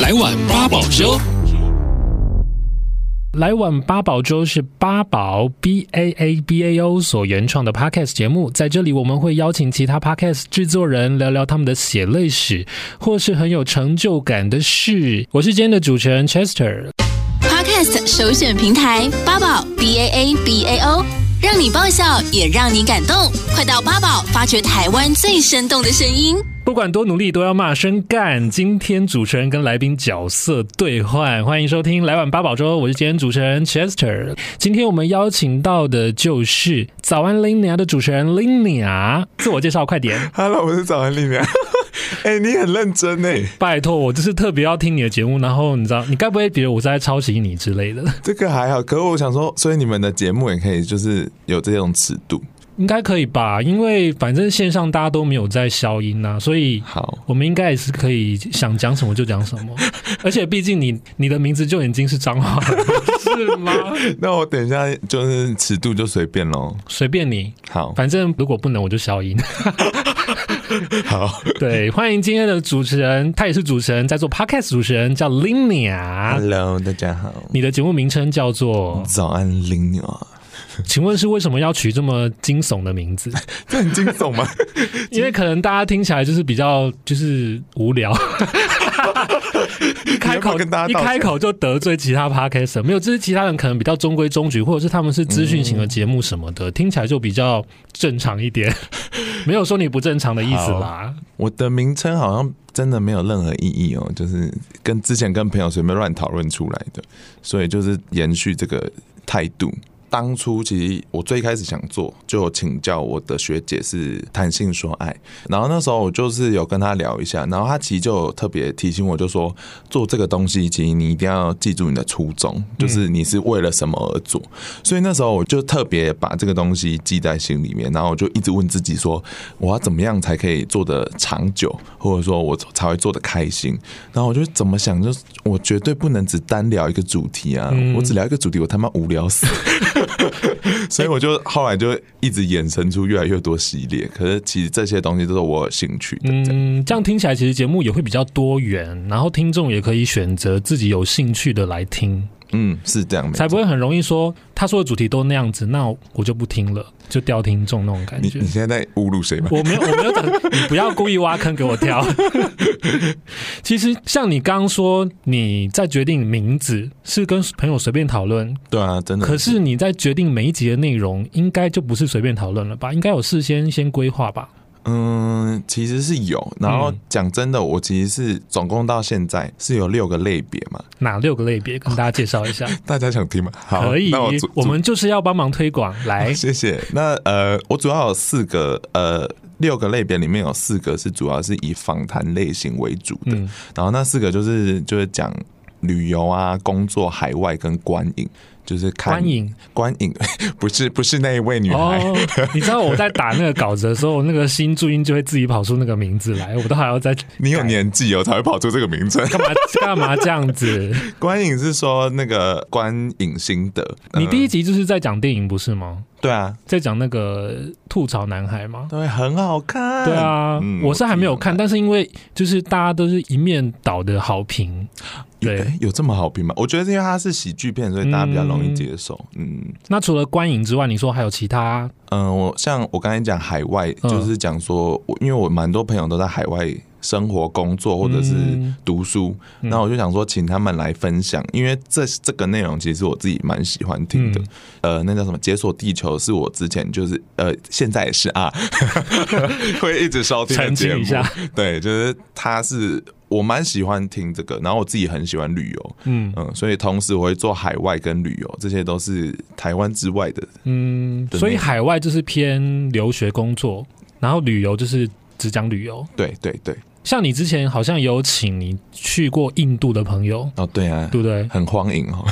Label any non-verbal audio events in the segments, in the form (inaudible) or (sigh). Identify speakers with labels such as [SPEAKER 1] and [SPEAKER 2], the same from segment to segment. [SPEAKER 1] 来碗八宝粥。
[SPEAKER 2] 来碗八宝粥是八宝 B A A B A O 所原创的 podcast 节目，在这里我们会邀请其他 podcast 制作人聊聊他们的血泪史，或是很有成就感的事。我是今天的主持人 Chester，
[SPEAKER 3] Podcast 首选平台八宝 B A A B A O，让你爆笑也让你感动。快到八宝发掘台湾最生动的声音。
[SPEAKER 2] 不管多努力都要骂声干。今天主持人跟来宾角色兑换，欢迎收听来碗八宝粥，我是今天主持人 Chester。今天我们邀请到的就是早安 Linia 的主持人 Linia，自我介绍快点。
[SPEAKER 4] Hello，我是早安丽苗。 (laughs) 哎、你很认真哎， (laughs)
[SPEAKER 2] 拜托，我就是特别要听你的节目，然后你知道，你该不会觉得我是在抄袭你之类的？ (laughs)
[SPEAKER 4] 这个还好。可是我想说，所以你们的节目也可以就是有这种尺度。
[SPEAKER 2] 应该可以吧，因为反正线上大家都没有在消音呐、所以
[SPEAKER 4] 好，
[SPEAKER 2] 我们应该也是可以想讲什么就讲什么。 (laughs) 而且毕竟你你的名字就已经是脏话了，是吗？
[SPEAKER 4] 那我等一下就是尺度就随便喽。
[SPEAKER 2] 随便你，
[SPEAKER 4] 好，
[SPEAKER 2] 反正如果不能我就消音。 (laughs)
[SPEAKER 4] 好
[SPEAKER 2] 对，欢迎今天的主持人，他也是主持人，在做 podcast 主持人叫 Linia。
[SPEAKER 4] ，Hello，大家好，
[SPEAKER 2] 你的节目名称叫做，
[SPEAKER 4] 早安丽 (laughs) 苗，
[SPEAKER 2] 请问是为什么要取这么惊悚的名字？
[SPEAKER 4] 这很惊悚吗？
[SPEAKER 2] 因为可能大家听起来就是比较就是无
[SPEAKER 4] (laughs)
[SPEAKER 2] 聊，一开
[SPEAKER 4] 你要不
[SPEAKER 2] 口
[SPEAKER 4] 要跟大家
[SPEAKER 2] 一
[SPEAKER 4] 道歉
[SPEAKER 2] 开口就得罪其他 podcaster，没有，就是其他人可能比较中规中矩，或者是他们是资讯型的节目什么的，听起来就比较正常一点， (laughs) 没有说你不正常的意思啦。
[SPEAKER 4] 我的名称好像真的没有任何意义哦，就是跟之前跟朋友随便乱讨论出来的，所以就是延续这个态度。当初其实我最开始想做，就有请教我的学姐是谈性说爱，然后那时候我就是有跟她聊一下，然后她其实就有特别提醒我，就说做这个东西，其实你一定要记住你的初衷，就是你是为了什么而做。所以那时候我就特别把这个东西记在心里面，然后我就一直问自己说，我要怎么样才可以做的长久，或者说我才会做的开心。然后我就怎么想，就是我绝对不能只单聊一个主题啊，
[SPEAKER 2] 嗯
[SPEAKER 4] 我只聊一个主题，我他妈无聊
[SPEAKER 2] (laughs)
[SPEAKER 4] 死。所以我就后来就一直衍生出越来越多系列，可是其实这些东西都是我有兴趣的。这样
[SPEAKER 2] 嗯，这样听起来其实节目也会比较多元，然后听众也可以选择自己有兴趣的来听，
[SPEAKER 4] 嗯，是这样，没错
[SPEAKER 2] 才不会很容易说他说的主题都那样子，那我就不听了，就掉听众那种感
[SPEAKER 4] 你
[SPEAKER 2] 觉
[SPEAKER 4] 你。现在在侮辱谁吗？
[SPEAKER 2] (laughs) 我没有，我没有讲，你不要故意挖坑给我跳。 (laughs) 其实像你刚刚说，你在决定名字是跟朋友随便讨论，
[SPEAKER 4] 对啊，真的。
[SPEAKER 2] 可是你在决定每一集的内容，应该就不是随便讨论了吧？应该有事先先规划吧？
[SPEAKER 4] 嗯，其实是有。然后
[SPEAKER 2] 嗯
[SPEAKER 4] 讲真的，我其实是总共到现在是有六个类别嘛，
[SPEAKER 2] 哪六个类别跟大家介绍一下？
[SPEAKER 4] 大家想听吗？好，
[SPEAKER 2] 可以
[SPEAKER 4] 那我主，
[SPEAKER 2] 我们就是要帮忙推广。来
[SPEAKER 4] (laughs) 主， (laughs) 谢谢。那呃，我主要有四个呃六个类别里面有四个是主要是以访谈类型为主的，
[SPEAKER 2] 嗯
[SPEAKER 4] 然后那四个就是就是讲旅游啊、工作、海外跟观影，就是看
[SPEAKER 2] 欢迎
[SPEAKER 4] 观影， (laughs) 不是不是那一位女孩。
[SPEAKER 2] 哦！你知道我在打那个稿子的时候，我那个新注音就会自己跑出那个名字来，我都还要再
[SPEAKER 4] 你有年纪哦，才会跑出这个名称。
[SPEAKER 2] (laughs) 干嘛干嘛这样子？
[SPEAKER 4] 观影是说那个观影心得，
[SPEAKER 2] 你第
[SPEAKER 4] 一
[SPEAKER 2] 一集就是在讲电影不是吗？
[SPEAKER 4] 对啊，
[SPEAKER 2] 在讲那个吐槽男孩吗？
[SPEAKER 4] 对，很好看。
[SPEAKER 2] 对啊，
[SPEAKER 4] 嗯
[SPEAKER 2] 我是还没有看，但是因为就是大家都是一面倒的好评，
[SPEAKER 4] 有
[SPEAKER 2] 对。
[SPEAKER 4] 诶啊有这么好评吗？我觉得是因为它是喜剧片，所以大家比较容易接受。嗯
[SPEAKER 2] 那除了观影之外，你说还有其他？
[SPEAKER 4] 嗯、呃我像我刚才讲海外，
[SPEAKER 2] 嗯
[SPEAKER 4] 就是讲说，我因为我蛮多朋友都在海外生活、工作或者是
[SPEAKER 2] 嗯
[SPEAKER 4] 读书，那、我就想说请他们来分享，因为这这个内容其实我自己蛮喜欢听的。
[SPEAKER 2] 嗯
[SPEAKER 4] 呃，那叫什么？解锁地球是我之前就是呃，现在也是啊， (laughs) 会一直收听的
[SPEAKER 2] 澄清
[SPEAKER 4] 节目
[SPEAKER 2] 一下。
[SPEAKER 4] 对，就是他是我蛮喜欢听这个，然后我自己很喜欢旅游，
[SPEAKER 2] 嗯
[SPEAKER 4] 嗯，所以同时我会做海外跟旅游，这些都是台湾之外的。
[SPEAKER 2] 嗯，
[SPEAKER 4] 对
[SPEAKER 2] 所以海外就是偏留学工作，然后旅游就是只讲旅游。
[SPEAKER 4] 对对对，
[SPEAKER 2] 像你之前好像有请你去过印度的朋友，
[SPEAKER 4] 哦对啊，
[SPEAKER 2] 对不
[SPEAKER 4] (laughs)
[SPEAKER 2] 对？
[SPEAKER 4] 很荒淫哦，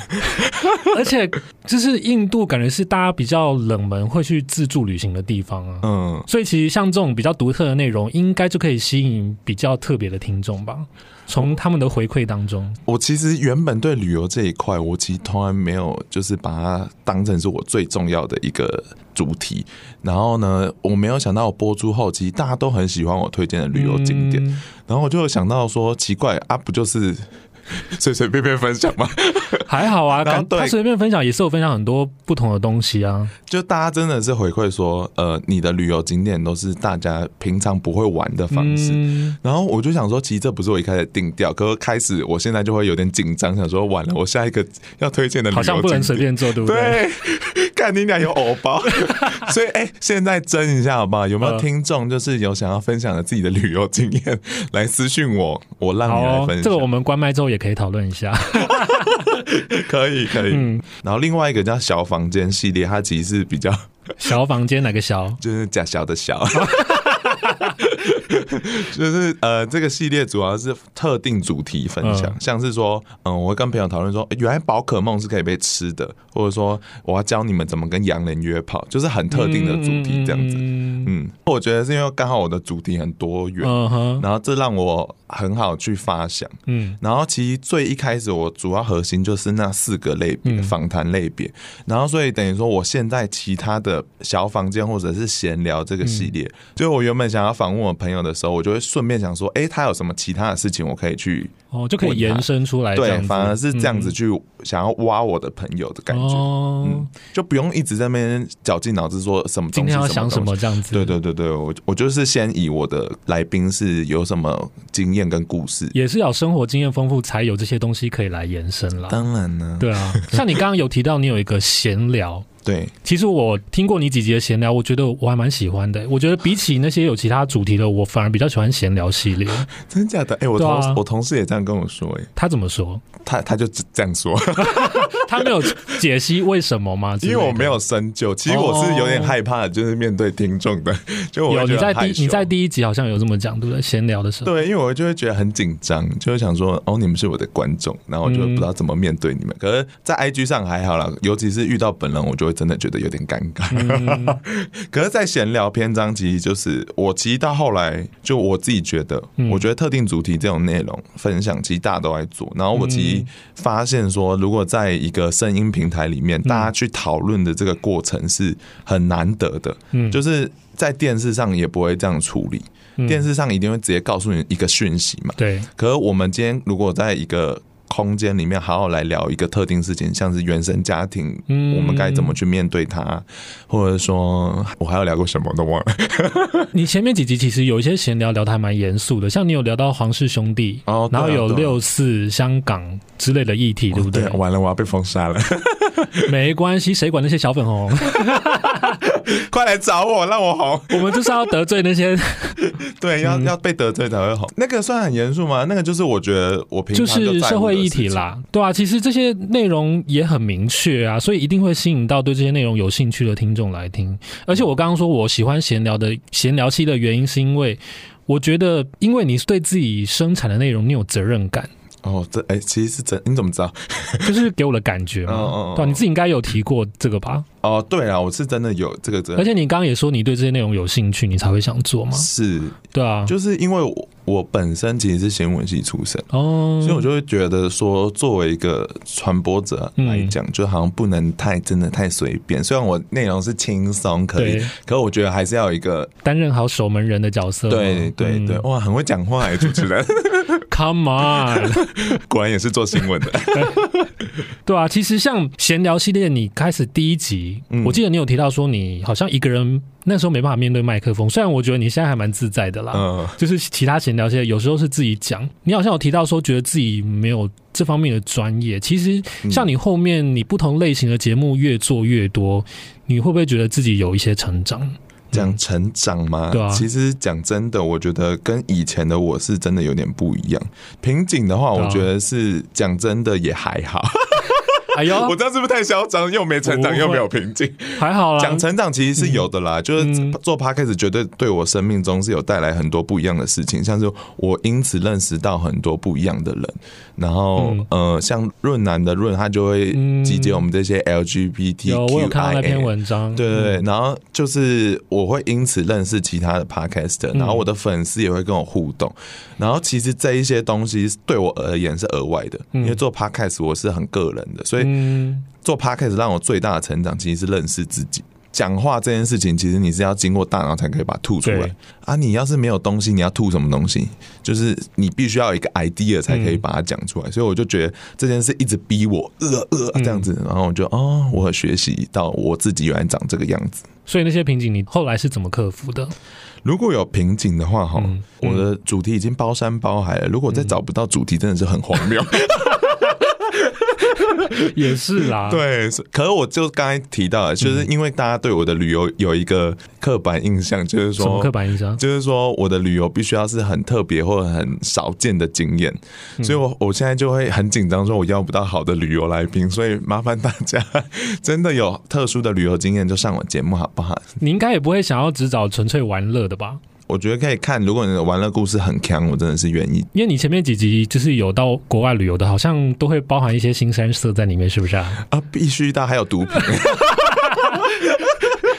[SPEAKER 2] 而且就是印度感觉是大家比较冷门会去自助旅行的地方啊。
[SPEAKER 4] 嗯，
[SPEAKER 2] 所以其实像这种比较独特的内容，应该就可以吸引比较特别的听众吧。从他们的回馈当
[SPEAKER 4] (laughs)
[SPEAKER 2] 中，
[SPEAKER 4] 我其实原本对旅游这一块，我其实从来没有就是把它当成是我最重要的一个主题。然后呢，我没有想到我播出后，其实大家都很喜欢我推荐的旅游景点。
[SPEAKER 2] 嗯
[SPEAKER 4] 然后我就想到说，奇怪啊，不就是随随便便分享嘛。
[SPEAKER 2] 还好啊，
[SPEAKER 4] (laughs) 然后
[SPEAKER 2] 感
[SPEAKER 4] 对
[SPEAKER 2] 他随便分享也是有分享很多不同的东西啊。
[SPEAKER 4] 就大家真的是回馈说，呃，你的旅游景点都是大家平常不会玩的方式。
[SPEAKER 2] 嗯，
[SPEAKER 4] 然后我就想说，其实这不是我一开始定调，可是开始我现在就会有点紧张，想说完了，我下一个要推荐的旅游
[SPEAKER 2] 好像不能随
[SPEAKER 4] 景点
[SPEAKER 2] 便做，对不对？
[SPEAKER 4] 对， (laughs) 看你俩有偶
[SPEAKER 2] (laughs)
[SPEAKER 4] 包，所以哎、现在争一下好不好？有没有
[SPEAKER 2] 嗯
[SPEAKER 4] 听众就是有想要分享的自己的旅游经验，来私讯我，我让
[SPEAKER 2] 好
[SPEAKER 4] 你来
[SPEAKER 2] 哦、
[SPEAKER 4] 分享。
[SPEAKER 2] 这个我们关麦之后也可以讨论一下。
[SPEAKER 4] (laughs) 可以可以。
[SPEAKER 2] 嗯
[SPEAKER 4] 然后另外一个叫小房间系列，它其实是比较
[SPEAKER 2] 小房间哪个小？
[SPEAKER 4] 就是假小
[SPEAKER 2] (laughs)
[SPEAKER 4] 的小。就是呃，这个系列主要是特定主题分享，
[SPEAKER 2] 嗯
[SPEAKER 4] 像是说，嗯，我会跟朋友讨论说，诶原来宝可梦是可以被吃的，或者说我要教你们怎么跟洋人约炮，就是很特定的主题这样子。
[SPEAKER 2] 嗯
[SPEAKER 4] 嗯，我觉得是因为刚好我的主题很多元，
[SPEAKER 2] 嗯哼，
[SPEAKER 4] 然后这让我很好去发想。
[SPEAKER 2] 嗯
[SPEAKER 4] 然后其实最一开始我主要核心就是那四个类别，
[SPEAKER 2] 嗯
[SPEAKER 4] 访谈类别。然后所以等于说，我现在其他的小房间或者是闲聊这个系列，
[SPEAKER 2] 嗯
[SPEAKER 4] 就我原本想要访问我朋友的时候，我就会顺便想说，诶，他有什么其他的事情我可以去
[SPEAKER 2] 哦，就可以延伸出来这样
[SPEAKER 4] 对，
[SPEAKER 2] 子，嗯
[SPEAKER 4] 反而是这样子去想要挖我的朋友的感觉，嗯
[SPEAKER 2] 哦，
[SPEAKER 4] 就不用一直在那边绞尽脑汁说什么东西
[SPEAKER 2] 今天要想
[SPEAKER 4] 东西
[SPEAKER 2] 什么这样子？
[SPEAKER 4] 对对对对，我我就是先以我的来宾是有什么经验跟故事，
[SPEAKER 2] 也是要生活经验丰富，才有这些东西可以来延伸啦。
[SPEAKER 4] 当然呢，
[SPEAKER 2] 对啊，像你刚刚有提到，你有一个闲聊。
[SPEAKER 4] 对
[SPEAKER 2] 其实我听过你几集的闲聊，我觉得我还蛮喜欢的。我觉得比起那些有其他主题的，我反而比较喜欢闲聊系列。
[SPEAKER 4] 真假的？哎、我
[SPEAKER 2] 对
[SPEAKER 4] 同、
[SPEAKER 2] 啊
[SPEAKER 4] 我同事也这样跟我说、哎，
[SPEAKER 2] 他怎么说？
[SPEAKER 4] 他他就这样说，
[SPEAKER 2] 他没有解析为什么吗？
[SPEAKER 4] 因为我没
[SPEAKER 2] 有。
[SPEAKER 4] 有深究，其实我是有点
[SPEAKER 2] 哦
[SPEAKER 4] 害怕的，就是面对听众的，就我会
[SPEAKER 2] 有
[SPEAKER 4] 觉
[SPEAKER 2] 你
[SPEAKER 4] 得
[SPEAKER 2] 在
[SPEAKER 4] 很害
[SPEAKER 2] 第
[SPEAKER 4] 羞
[SPEAKER 2] 你在第一集好像有这么讲，对不对？闲聊的时候，
[SPEAKER 4] 对，因为我就会觉得很紧张，就会想说，哦，你们是我的观众，然后我就
[SPEAKER 2] 嗯
[SPEAKER 4] 不知道怎么面对你们。可是，在 IG 上还好啦，尤其是遇到本人，我就会真的觉得有点尴尬。
[SPEAKER 2] 嗯
[SPEAKER 4] (laughs) 可是，在闲聊篇章，其实就是我其实到后来，就我自己觉得，我觉得特定主题这种内容分享，其实大家都在做。然后，我其实发现说，如果在一个声音平台里面，大家去讨论的这个过程是很难得的，就是在电视上也不会这样处理。电视上一定会直接告诉你一个讯息嘛。 (laughs)
[SPEAKER 2] 对，
[SPEAKER 4] 可是我们今天如果在一个空间里面好好来聊一个特定事情，像是原生家庭，
[SPEAKER 2] 嗯
[SPEAKER 4] 我们该怎么去面对它，或者说我还要聊过什么都忘了。
[SPEAKER 2] 你前面几集其实有一些闲聊聊的还蛮严肃的，像你有聊到皇室兄弟，
[SPEAKER 4] 哦对
[SPEAKER 2] 然
[SPEAKER 4] 啊
[SPEAKER 2] 后有
[SPEAKER 4] 对啊
[SPEAKER 2] 六四香港之类的议题，
[SPEAKER 4] (laughs)
[SPEAKER 2] 对不对？
[SPEAKER 4] 哦啊完了，我要被封杀了， (laughs) 啊
[SPEAKER 2] 没关系，谁管那些小粉红？ (laughs)
[SPEAKER 4] 快来找我，让我红。
[SPEAKER 2] 我们就是要得罪那些，
[SPEAKER 4] 对，
[SPEAKER 2] 嗯
[SPEAKER 4] 要、要被得罪才会红。那个算很严肃吗？那个就是我觉得我平
[SPEAKER 2] 就
[SPEAKER 4] 常在乎
[SPEAKER 2] 是
[SPEAKER 4] 的
[SPEAKER 2] 社会议题
[SPEAKER 4] 事情。
[SPEAKER 2] 啦，对啊，其实这些内容也很明确啊，所以一定会吸引到对这些内容有兴趣的听众来听。而且我刚刚说我喜欢闲聊的闲聊期的原因，是因为我觉得，因为你对自己生产的内容你有责任
[SPEAKER 4] (laughs)
[SPEAKER 2] 感。
[SPEAKER 4] 哦，这哎、其实是真，你怎么知道？
[SPEAKER 2] 就是给我的感觉嘛，
[SPEAKER 4] 嗯嗯嗯
[SPEAKER 2] 对、啊，你自己应该有提过这个吧？
[SPEAKER 4] 哦，对啊，我是真的有这个责
[SPEAKER 2] 而
[SPEAKER 4] 任。
[SPEAKER 2] 且你刚刚也说你对这些内容有兴趣，你才会想做嘛，
[SPEAKER 4] 是，
[SPEAKER 2] 对啊，
[SPEAKER 4] 啊就是因为我我本身其实是新闻系出身，
[SPEAKER 2] 哦，
[SPEAKER 4] 所以我就会觉得说，作为一个传播者来讲，就好像不能太真的太随便。虽然我内容是轻松可以
[SPEAKER 2] 对，
[SPEAKER 4] 可我觉得还是要有一个
[SPEAKER 2] 担任好守门人的角色嘛，
[SPEAKER 4] 对
[SPEAKER 2] 嗯
[SPEAKER 4] 对对，哇，很会讲话哎，主
[SPEAKER 2] (laughs)
[SPEAKER 4] 持人
[SPEAKER 2] ，Come on，
[SPEAKER 4] 果然也是做新
[SPEAKER 2] (laughs)
[SPEAKER 4] 闻的。
[SPEAKER 2] 对啊，其实像闲聊系列，你开始第一集，
[SPEAKER 4] 嗯
[SPEAKER 2] 我记得你有提到说你好像一个人那时候没办法面对麦克风，虽然我觉得你现在还蛮自在的啦，
[SPEAKER 4] 嗯
[SPEAKER 2] 就是其他闲聊系列有时候是自己讲，你好像有提到说觉得自己没有这方面的专业，其实像
[SPEAKER 4] 嗯
[SPEAKER 2] 你后面你不同类型的节目越做越多，你会不会觉得自己有一些成
[SPEAKER 4] (laughs)
[SPEAKER 2] 长？
[SPEAKER 4] 讲成长嘛，
[SPEAKER 2] 对啊
[SPEAKER 4] 其实讲真的，我觉得跟以前的我是真的有点不一样。瓶颈的话，
[SPEAKER 2] 对啊
[SPEAKER 4] 我觉得是讲真的也还好。
[SPEAKER 2] 哎呦，
[SPEAKER 4] (laughs) 我知道是不是太嚣张，又没成
[SPEAKER 2] 不
[SPEAKER 4] 长，
[SPEAKER 2] 会
[SPEAKER 4] 又没有瓶颈。
[SPEAKER 2] 还好啦，
[SPEAKER 4] 讲成长其实是有的
[SPEAKER 2] 嗯
[SPEAKER 4] 啦，就是做 podcast 绝对对我生命中是有带来很多不一样的事情，像是我因此认识到很多不一样的人，然后、
[SPEAKER 2] 嗯
[SPEAKER 4] 呃，像润南的润，他就会集结我们这些 LGBTQIA，、
[SPEAKER 2] 有我有看到那篇文嗯章，
[SPEAKER 4] 对对对，然后就是我会因此认识其他的 podcaster，然后
[SPEAKER 2] 嗯
[SPEAKER 4] 我的粉丝也会跟我互动，然后其实这一些东西对我而言是额外的，因为做 podcast 我是很个人的，所以
[SPEAKER 2] 嗯，
[SPEAKER 4] 做 podcast 让我最大的成长其实是认识自己。讲话这件事情，其实你是要经过大脑才可以把它吐出
[SPEAKER 2] 对
[SPEAKER 4] 来啊！你要是没有东西，你要吐什么东西？就是你必须要有一个 idea 才
[SPEAKER 2] 嗯
[SPEAKER 4] 可以把它讲出来。所以我就觉得这件事一直逼我，呃呃这
[SPEAKER 2] 嗯
[SPEAKER 4] 样子，然后我就哦，我有学习到我自己原来长这个样子。
[SPEAKER 2] 所以那些瓶颈你后来是怎么克服
[SPEAKER 4] (laughs)
[SPEAKER 2] 的？
[SPEAKER 4] 如果有瓶颈的话，哈、
[SPEAKER 2] 嗯
[SPEAKER 4] 我的主题已经包山包海了。如果再找不到主题，真的是很荒
[SPEAKER 2] (laughs)
[SPEAKER 4] 谬。
[SPEAKER 2] 也是啦，，
[SPEAKER 4] 对，是可是我就刚才提到了，就是
[SPEAKER 2] 嗯
[SPEAKER 4] 因为大家对我的旅游有一个刻板印象，就是
[SPEAKER 2] 什么
[SPEAKER 4] 说
[SPEAKER 2] 刻板印象？
[SPEAKER 4] 就是说我的旅游必须要是很特别或者很少见的经验，
[SPEAKER 2] 嗯
[SPEAKER 4] 所以我我现在就会很紧张，说我要不到好的旅游来宾，所以麻烦大家 (laughs) 真的有特殊的旅游经验就上我节目好不好？
[SPEAKER 2] 你应该也不会想要只找纯粹玩乐的吧？
[SPEAKER 4] 我觉得可以看，如果你的玩乐故事很强，我真的是愿意。
[SPEAKER 2] 因为你前面几集就是有到国外旅游的，好像都会包含一些新山色在里面，是不是
[SPEAKER 4] (laughs)
[SPEAKER 2] 啊？
[SPEAKER 4] 啊，必须的，还有毒品， (laughs)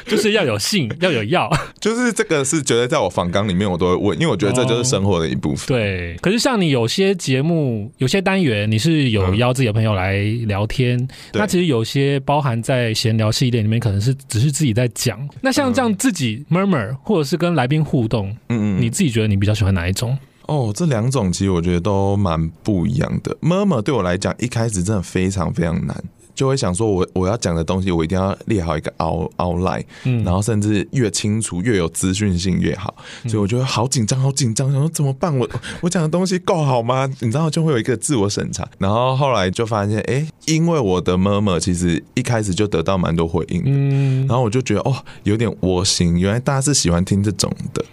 [SPEAKER 2] 就是要有性，要有
[SPEAKER 4] (laughs)
[SPEAKER 2] 药，
[SPEAKER 4] 就是这个是觉得在我访纲里面我都会问，因为我觉得这就是生活的一部分。
[SPEAKER 2] 对。可是像你有些节目、有些单元，你是有邀自己的朋友来聊天，
[SPEAKER 4] 嗯对
[SPEAKER 2] 那其实有些包含在闲聊系列里面，可能是只是自己在讲。
[SPEAKER 4] 嗯
[SPEAKER 2] 那像这样自己 murmur 或者是跟来宾互动，
[SPEAKER 4] 嗯嗯，
[SPEAKER 2] 你自己觉得你比较喜欢哪一种？
[SPEAKER 4] 哦，这两种其实我觉得都蛮不一样的。murmur 对我来讲，一开始真的非常非常难，就会想说我我要讲的东西，我一定要列好一个 out outline，、
[SPEAKER 2] 嗯
[SPEAKER 4] 然后甚至越清楚越有资讯性越好。
[SPEAKER 2] 嗯
[SPEAKER 4] 所以我觉得好紧张，好紧张，想说怎么办？我我讲的东西够好吗？你知道，就会有一个自我审查。然后后来就发现，哎，因为我的 murmur 其实一开始就得到蛮多回应的，
[SPEAKER 2] 嗯，
[SPEAKER 4] 然后我就觉得哦，有点窝心，原来大家是喜欢听这种的。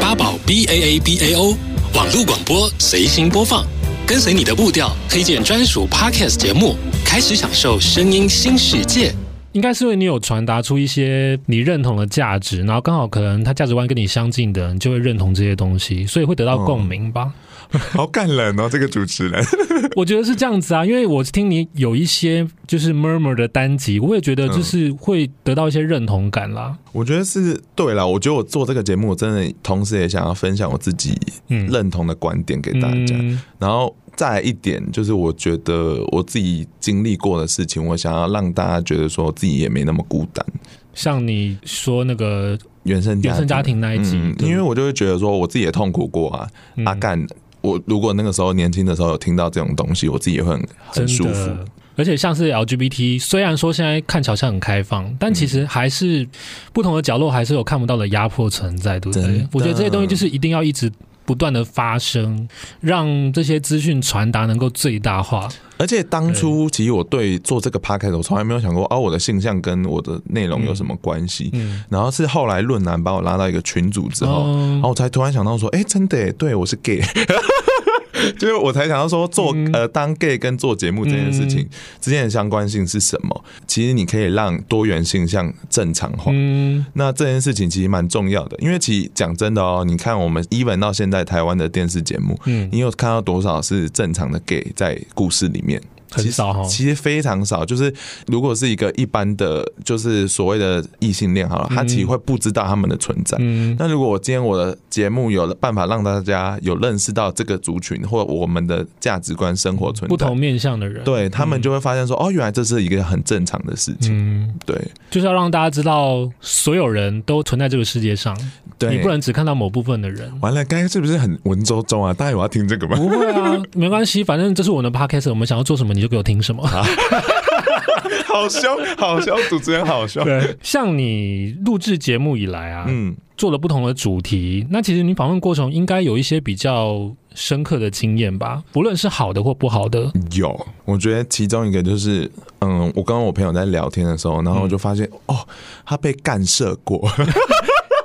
[SPEAKER 1] 八宝 B A A B A O 网络广播随心播放，跟随你的步调，推荐专属 Podcast 节目，开始享受声音新世界。
[SPEAKER 2] 应该是因为你有传达出一些你认同的价值，然后刚好可能他价值观跟你相近的，你就会认同这些东西，所以会得到共鸣吧。
[SPEAKER 4] 嗯好感人哦，这个主持人。
[SPEAKER 2] 我觉得是这样子啊，因为我听你有一些就是 murmur 的单集，我也觉得就是会得到一些认同感啦。
[SPEAKER 4] 我觉得是对啦，我觉得我做这个节目，我真的同时也想要分享我自己
[SPEAKER 2] 嗯
[SPEAKER 4] 认同的观点给大家。
[SPEAKER 2] 嗯
[SPEAKER 4] 然后再来一点，就是我觉得我自己经历过的事情，我想要让大家觉得说自己也没那么孤单。
[SPEAKER 2] 像你说那个
[SPEAKER 4] 原生家
[SPEAKER 2] 原生家庭那一集，
[SPEAKER 4] 嗯，
[SPEAKER 2] 对
[SPEAKER 4] 因为我就会觉得说我自己也痛苦过啊。
[SPEAKER 2] 嗯
[SPEAKER 4] 阿干、我如果那个时候年轻的时候有听到这种东西，我自己也会很
[SPEAKER 2] 真
[SPEAKER 4] 很舒服。
[SPEAKER 2] 的。而且像是 LGBT，虽然说现在看起来好像很开放，但其
[SPEAKER 4] 嗯
[SPEAKER 2] 实还是不同的角落还是有看不到的压迫存在，对不
[SPEAKER 4] 真
[SPEAKER 2] 对
[SPEAKER 4] 的？
[SPEAKER 2] 我觉得这些东西就是一定要一直不断的发生，让这些资讯传达能够最大化。
[SPEAKER 4] 而且当初其实我对做这个 podcast，我从来没有想过，哦，我的性向跟我的内容有什么关系。
[SPEAKER 2] 嗯，
[SPEAKER 4] 然后是后来论坛把我拉到一个群组之后，
[SPEAKER 2] 哦
[SPEAKER 4] 然后我才突然想到说，哎、真的耶，对我是 gay，就是 (laughs) 我才想到说做、
[SPEAKER 2] 嗯
[SPEAKER 4] 呃当 gay 跟做节目这件事情、之间的相关性是什么？其实你可以让多元性向正常化。
[SPEAKER 2] 嗯，
[SPEAKER 4] 那这件事情其实蛮重要的，因为其实讲真的哦，你看我们 even 到现在台湾的电视节目，
[SPEAKER 2] 嗯
[SPEAKER 4] 你有看到多少是正常的 gay 在故事里面？
[SPEAKER 2] 很少哈
[SPEAKER 4] 其实其实非常少。就是如果是一个一般的，就是所谓的异性恋好了，他其实会不知道他们的存在。
[SPEAKER 2] 嗯
[SPEAKER 4] 那如果我今天我的节目有了办法让大家有认识到这个族群或我们的价值观、生活存在，
[SPEAKER 2] 不同面向的人，，
[SPEAKER 4] 对他们就会发现说，哦，原来这是一个很正常的事情。
[SPEAKER 2] 嗯，
[SPEAKER 4] 对
[SPEAKER 2] 就是要让大家知道，所有人都存在这个世界上，
[SPEAKER 4] 对，
[SPEAKER 2] 你不能只看到某部分的
[SPEAKER 4] (laughs)
[SPEAKER 2] 人。
[SPEAKER 4] 完了，刚才是不是很文绉绉啊？大家有要听这个吗？
[SPEAKER 2] 不会啊，没关系，反正这是我们的 podcast，我们想要做什么你就给我听什么。
[SPEAKER 4] (laughs) 好凶，好凶，主持人好凶。
[SPEAKER 2] 对， (laughs) 像你录制节目以来啊，
[SPEAKER 4] 嗯，
[SPEAKER 2] 做了不同的主题，那其实你访问过程中应该有一些比较深刻的经验吧，不论是好的或不好的。
[SPEAKER 4] 有，我觉得其中一个就是，嗯，我跟我朋友在聊天的时候，然后我就发现，哦，他被干涉过。 (laughs)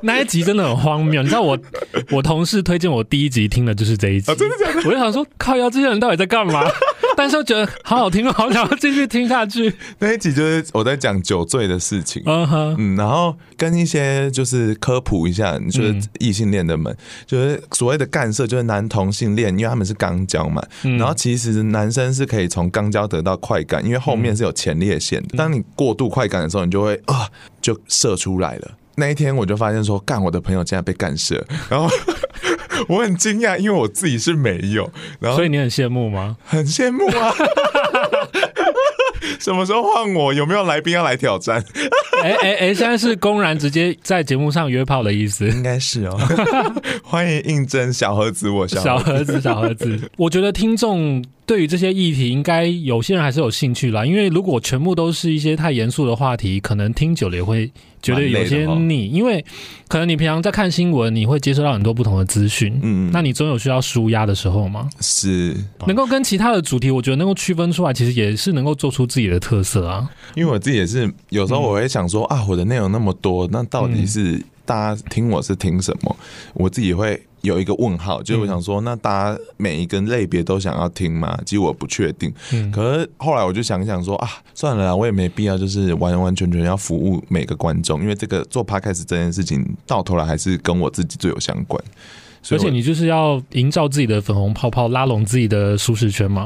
[SPEAKER 2] 那一集真的很荒谬，你知道我 (laughs) 我同事推荐我第一集听的就是这一集，真的假的？我就想说，靠腰，这些人到底在干嘛？ (laughs) 但是又觉得好好听，哦好想要继续听下去。
[SPEAKER 4] 那一集就是我在讲酒醉的事情。
[SPEAKER 2] 嗯哼，
[SPEAKER 4] 嗯，然后跟一些就是科普一下，就是
[SPEAKER 2] 嗯
[SPEAKER 4] 异性恋的们，就是所谓的干涉，就是男同性恋，因为他们是肛交嘛，
[SPEAKER 2] 嗯
[SPEAKER 4] 然后其实男生是可以从肛交得到快感，因为后面是有前列腺
[SPEAKER 2] 嗯
[SPEAKER 4] 的。当你过度快感的时候，你就会啊，就射出来了。那一天我就发现说，干我的朋友竟然被干射，
[SPEAKER 2] (laughs)
[SPEAKER 4] 然后我很惊讶，因为我自己是没有，然后
[SPEAKER 2] 所以你很羡慕吗？ (laughs)
[SPEAKER 4] 很羡 (laughs) 慕啊。什么时候换我？有没有来宾要来挑战？
[SPEAKER 2] 哎哎哎，现在是公然直接在节目上约炮的意思。
[SPEAKER 4] 应该是哦。 (laughs) 欢迎应征小盒子，我小
[SPEAKER 2] 小盒子，小盒
[SPEAKER 4] (laughs)
[SPEAKER 2] 子。我觉得听众对于这些议题，应该有些人还是有兴趣啦。因为如果全部都是一些太严肃的话题，可能听久了也会觉得有些
[SPEAKER 4] 蛮
[SPEAKER 2] 腻。因为可能你平常在看新闻，你会接收到很多不同的资讯。
[SPEAKER 4] 嗯哦
[SPEAKER 2] 那你总有需要舒压的时候嘛？
[SPEAKER 4] 是
[SPEAKER 2] 能够跟其他的主题，我觉得能够区分出来，其实也是能够做出自己的特色啊。
[SPEAKER 4] 因为我自己也是，有时候我会想说、啊，我的内容那么多，那到底
[SPEAKER 2] 嗯
[SPEAKER 4] 是大家听我是听什么？我自己会有一个问号，
[SPEAKER 2] 嗯
[SPEAKER 4] 就是我想说，那大家每一个类别都想要听吗？其实我不确定。
[SPEAKER 2] 嗯
[SPEAKER 4] 可是后来我就想一想说啊，算了啦，我也没必要，就是完完全全要服务每个观众，因为这个做 podcast 这件事情，到头来还是跟我自己最有相关。所
[SPEAKER 2] 而
[SPEAKER 4] 以我
[SPEAKER 2] 且你就是要营造自己的粉红泡泡，拉拢自己的舒适
[SPEAKER 4] (laughs)
[SPEAKER 2] 圈嘛。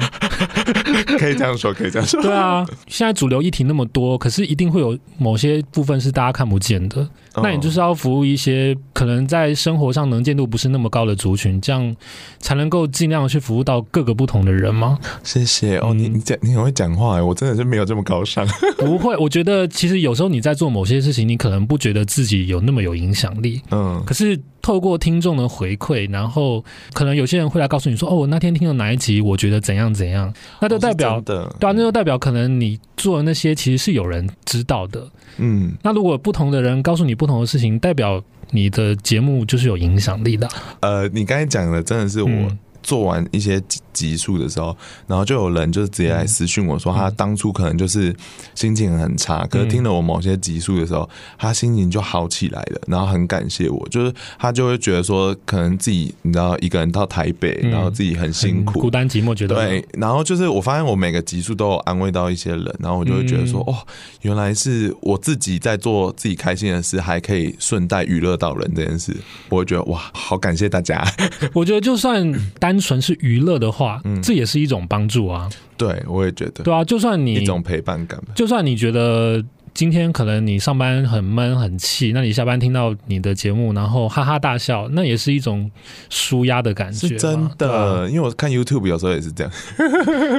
[SPEAKER 4] 可以这样说，可以这样说。
[SPEAKER 2] 对
[SPEAKER 4] (laughs)
[SPEAKER 2] 啊，现在主流议题那么多，可是一定会有某些部分是大家看不见的。
[SPEAKER 4] 嗯
[SPEAKER 2] 那你就是要服务一些可能在生活上能见度不是那么高的族群，这样才能够尽量去服务到各个不同的人吗？
[SPEAKER 4] 谢谢哦，你
[SPEAKER 2] 嗯
[SPEAKER 4] 你讲你很会讲话哎，我真的是没有这么高
[SPEAKER 2] (laughs)
[SPEAKER 4] 尚。
[SPEAKER 2] 不会，我觉得其实有时候你在做某些事情，你可能不觉得自己有那么有影响力，
[SPEAKER 4] 嗯，
[SPEAKER 2] 可是透过听众的回馈，然后可能有些人会来告诉你说：“哦，我那天听了哪一集，我觉得怎样怎样。”那就代表
[SPEAKER 4] 哦是真的
[SPEAKER 2] 对啊，那就代表可能你做的那些其实是有人知道的。
[SPEAKER 4] 嗯。
[SPEAKER 2] 那如果不同的人告诉你不同的事情，代表你的节目就是有影响力的。
[SPEAKER 4] 呃，你刚才讲的真的是我
[SPEAKER 2] 嗯
[SPEAKER 4] 做完一些集集数的时候，然后就有人就是
[SPEAKER 2] 嗯
[SPEAKER 4] 直接来私讯我说，他当初可能就是心情很
[SPEAKER 2] 嗯
[SPEAKER 4] 差，可是听了我某些集数的时候，他心情就好起来了，然后很感谢我，就是他就会觉得说，可能自己你知道一个人到台北，
[SPEAKER 2] 嗯
[SPEAKER 4] 然后自己很辛
[SPEAKER 2] 嗯孤
[SPEAKER 4] 苦。
[SPEAKER 2] 单寂寞觉得
[SPEAKER 4] 对，然后就是我发现我每个集数都有安慰到一些人，然后我就会觉得说，
[SPEAKER 2] 嗯
[SPEAKER 4] 哦，原来是我自己在做自己开心的事，还可以顺带娱乐到人这件事，我会觉得哇，好感谢大家。 (laughs)
[SPEAKER 2] 我觉得就算单纯是娱乐的话，
[SPEAKER 4] 嗯
[SPEAKER 2] 这也是一种帮助啊。
[SPEAKER 4] 对，我也觉得，
[SPEAKER 2] 对啊，就算你
[SPEAKER 4] 一种陪伴感吧。
[SPEAKER 2] 就算你觉得今天可能你上班很闷很气，那你下班听到你的节目，然后哈哈大笑，那也是一种舒压的感觉嘛。
[SPEAKER 4] 是真
[SPEAKER 2] 对啊
[SPEAKER 4] 的，因为我看 YouTube 有时候也是这样，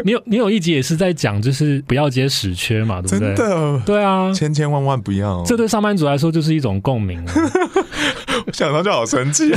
[SPEAKER 2] 你有你有一集也是在讲，就是不要接屎缺嘛，对不
[SPEAKER 4] 真
[SPEAKER 2] 对？
[SPEAKER 4] 的，
[SPEAKER 2] 对啊，
[SPEAKER 4] 千千万万不要，
[SPEAKER 2] 这对上班族来说就是一种共鸣、啊。
[SPEAKER 4] (laughs) 想到就好生气。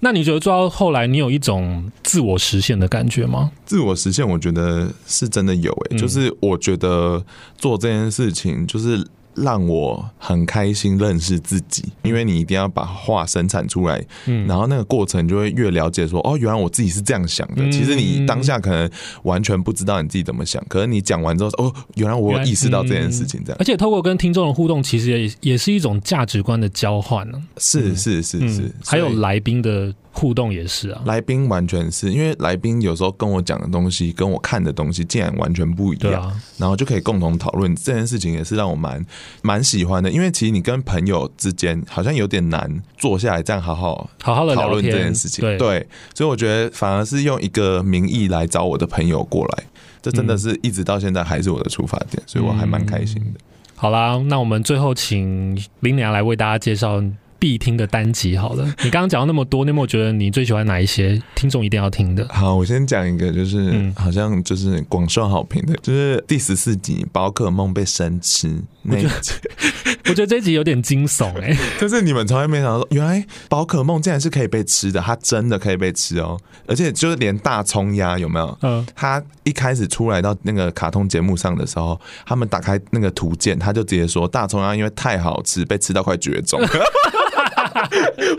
[SPEAKER 2] 那你觉得做到后来，你有一种自我实现的感觉吗？
[SPEAKER 4] 自我实现，我觉得是真的有诶、
[SPEAKER 2] 嗯
[SPEAKER 4] 就是我觉得做这件事情就是。让我很开心认识自己，因为你一定要把话生产出来，
[SPEAKER 2] 嗯，
[SPEAKER 4] 然后那个过程就会越了解说，哦，原来我自己是这样想的。
[SPEAKER 2] 嗯
[SPEAKER 4] 其实你当下可能完全不知道你自己怎么想，可是你讲完之后，哦，原来我有意识到这件事情，这样
[SPEAKER 2] 而且透过跟听众的互动，其实也也是一种价值观的交换呢、
[SPEAKER 4] 是是是是
[SPEAKER 2] 嗯，，还有
[SPEAKER 4] 所以
[SPEAKER 2] 来宾的互动也是啊。
[SPEAKER 4] 来宾完全是因为来宾有时候跟我讲的东西跟我看的东西竟然完全不一
[SPEAKER 2] 对
[SPEAKER 4] 样，
[SPEAKER 2] 啊，
[SPEAKER 4] 然后就可以共同讨论这件事情，也是让我蛮蛮喜欢的。因为其实你跟朋友之间好像有点难坐下来这样好好
[SPEAKER 2] 好好的
[SPEAKER 4] 讨
[SPEAKER 2] 聊
[SPEAKER 4] 论这
[SPEAKER 2] 天
[SPEAKER 4] 件事情，
[SPEAKER 2] 对
[SPEAKER 4] 所以我觉得反而是用一个名义来找我的朋友过来，这真的
[SPEAKER 2] 嗯
[SPEAKER 4] 是一直到现在还是我的出发点，所以我还蛮开心的。
[SPEAKER 2] 好啦，那我们最后请林娘来为大家介绍必听的单集好了。 (laughs) 你刚刚讲到那么多，你有没有觉得你最喜欢哪一些听众一定要听的？
[SPEAKER 4] 好，我先讲一个，就是、
[SPEAKER 2] 嗯
[SPEAKER 4] 好像就是广受好评的，就是第十四集宝可梦被生吃那一集，
[SPEAKER 2] 我觉得这一集有点惊悚
[SPEAKER 4] (laughs)
[SPEAKER 2] 哎、
[SPEAKER 4] 就是你们从来没想到说，原来宝可梦竟然是可以被吃的，它真的可以被吃哦，而且就是连大葱鸭有没有？
[SPEAKER 2] 嗯，
[SPEAKER 4] 它一开始出来到那个卡通节目上的时候，他们打开那个图鉴，他就直接说大葱鸭因为太好吃，被吃到快绝种。 (laughs)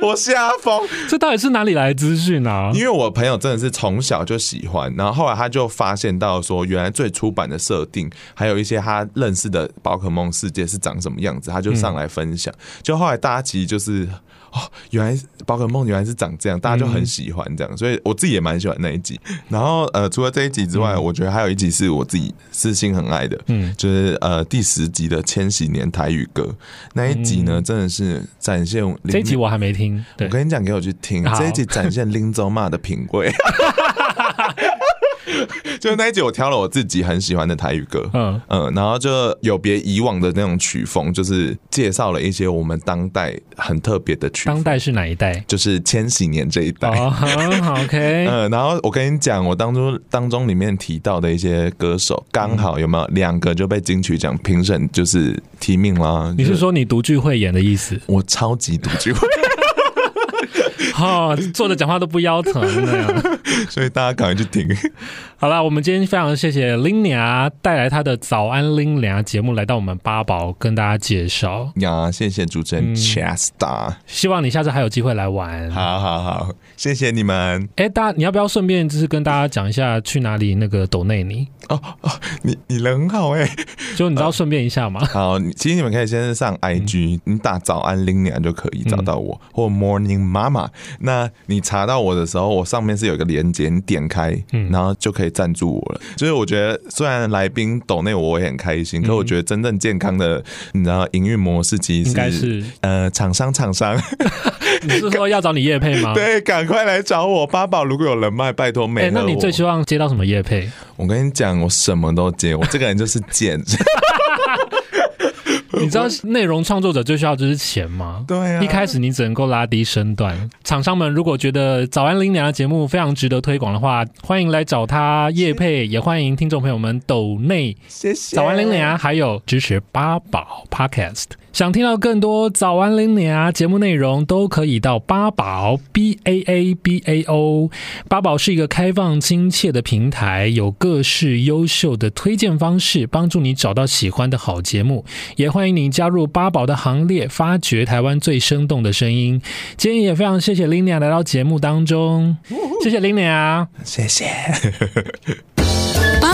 [SPEAKER 4] 我吓疯，
[SPEAKER 2] 这到底是哪里来的资讯啊？
[SPEAKER 4] 因为我朋友真的是从小就喜欢，然后后来他就发现到说，原来最初版的设定，还有一些他认识的宝可梦世界是长什么样子，他就上来分享。就后来大家其实就是。哦，原来宝可梦原来是长这样，大家就很喜欢这样，所以我自己也蛮喜欢那一集。然后呃，除了这一集之外，我觉得还有一集是我自己私心很爱的，
[SPEAKER 2] 嗯
[SPEAKER 4] 就是呃第十集的《千禧年台语歌》那一集呢，真的是展现林
[SPEAKER 2] 嗯这一集我还没听，对
[SPEAKER 4] 我，跟你讲，给我去听
[SPEAKER 2] 好
[SPEAKER 4] 这一集，展现林州骂的品味。 (laughs) 就是那一集我挑了我自己很喜欢的台语歌，
[SPEAKER 2] 嗯
[SPEAKER 4] 嗯嗯，然后就有别以往的那种曲风，就是介绍了一些我们当代很特别的曲风，
[SPEAKER 2] 当代是哪一代？
[SPEAKER 4] 就是千禧年这一代。
[SPEAKER 2] 哦，好 OK，
[SPEAKER 4] (laughs) 嗯，然后我跟你讲，我当初当中里面提到的一些歌手，刚好有没有两个就被金曲奖评审就是提名啦？
[SPEAKER 2] 你
[SPEAKER 4] 就是
[SPEAKER 2] 说你独具慧眼的意
[SPEAKER 4] (laughs)
[SPEAKER 2] 思？
[SPEAKER 4] 我超级独
[SPEAKER 2] (laughs)
[SPEAKER 4] 居，
[SPEAKER 2] 哦，坐着讲话都不腰疼啊那样。
[SPEAKER 4] 所以大家赶快去听。
[SPEAKER 2] 好啦，我们今天非常谢谢 Linia 带来她的早安 Linia 节目来到我们八宝跟大家介绍，
[SPEAKER 4] 呀，谢谢主持
[SPEAKER 2] 嗯
[SPEAKER 4] 人 Chasta，、
[SPEAKER 2] 希望你下次还有机会来玩。
[SPEAKER 4] 好好好，谢谢你们。
[SPEAKER 2] 哎，大家你要不要顺便就是跟大家讲一下去哪里那个抖内你？
[SPEAKER 4] 哦哦，你你人很好哎、
[SPEAKER 2] 就你知道顺便一下嘛？
[SPEAKER 4] 好，你其实你们可以先
[SPEAKER 2] 嗯
[SPEAKER 4] 上 IG，、你打早安林娘就可以找到我，或 Morning 妈妈。那你查到我的时候，我上面是有一个连接，你点开，
[SPEAKER 2] 嗯
[SPEAKER 4] 然后就可以赞助我了。就是我觉得虽然来宾抖内我也很开心，
[SPEAKER 2] 嗯
[SPEAKER 4] 可我觉得真正健康的，你知道营运模式其实
[SPEAKER 2] 应该是啊
[SPEAKER 4] 呃厂商厂商，
[SPEAKER 2] 你是说要找你叶配吗？。
[SPEAKER 4] (laughs) 对，赶快来找我八宝，如果有人脉，拜托
[SPEAKER 2] 哎、
[SPEAKER 4] 美乐
[SPEAKER 2] 那
[SPEAKER 4] 我。
[SPEAKER 2] 你最希望接到什么叶
[SPEAKER 4] (laughs)
[SPEAKER 2] 配？
[SPEAKER 4] 我跟你讲，我什么都接，我这个人就是
[SPEAKER 2] (laughs)
[SPEAKER 4] 贱。
[SPEAKER 2] 你知道内容创作者最需要就是钱吗？
[SPEAKER 4] 对啊
[SPEAKER 2] 一开始你只能够拉低身段。厂商们如果觉得《早安林娘》的节目非常值得推广的话，欢迎来找他叶配，也欢迎听众朋友们抖内
[SPEAKER 4] 谢谢
[SPEAKER 2] 早安林娘，还有支持八宝 Podcast。想听到更多早安林娘节目内容，都可以到八宝 B A A B A O。八宝是一个开放亲切的平台，有各式优秀的推荐方式，帮助你找到喜欢的好节目。也欢迎你加入八宝的行列，发掘台湾最生动的声音。今天也非常谢谢林娘来到节目当中，谢啊谢林娘。
[SPEAKER 4] 谢谢。
[SPEAKER 3] 八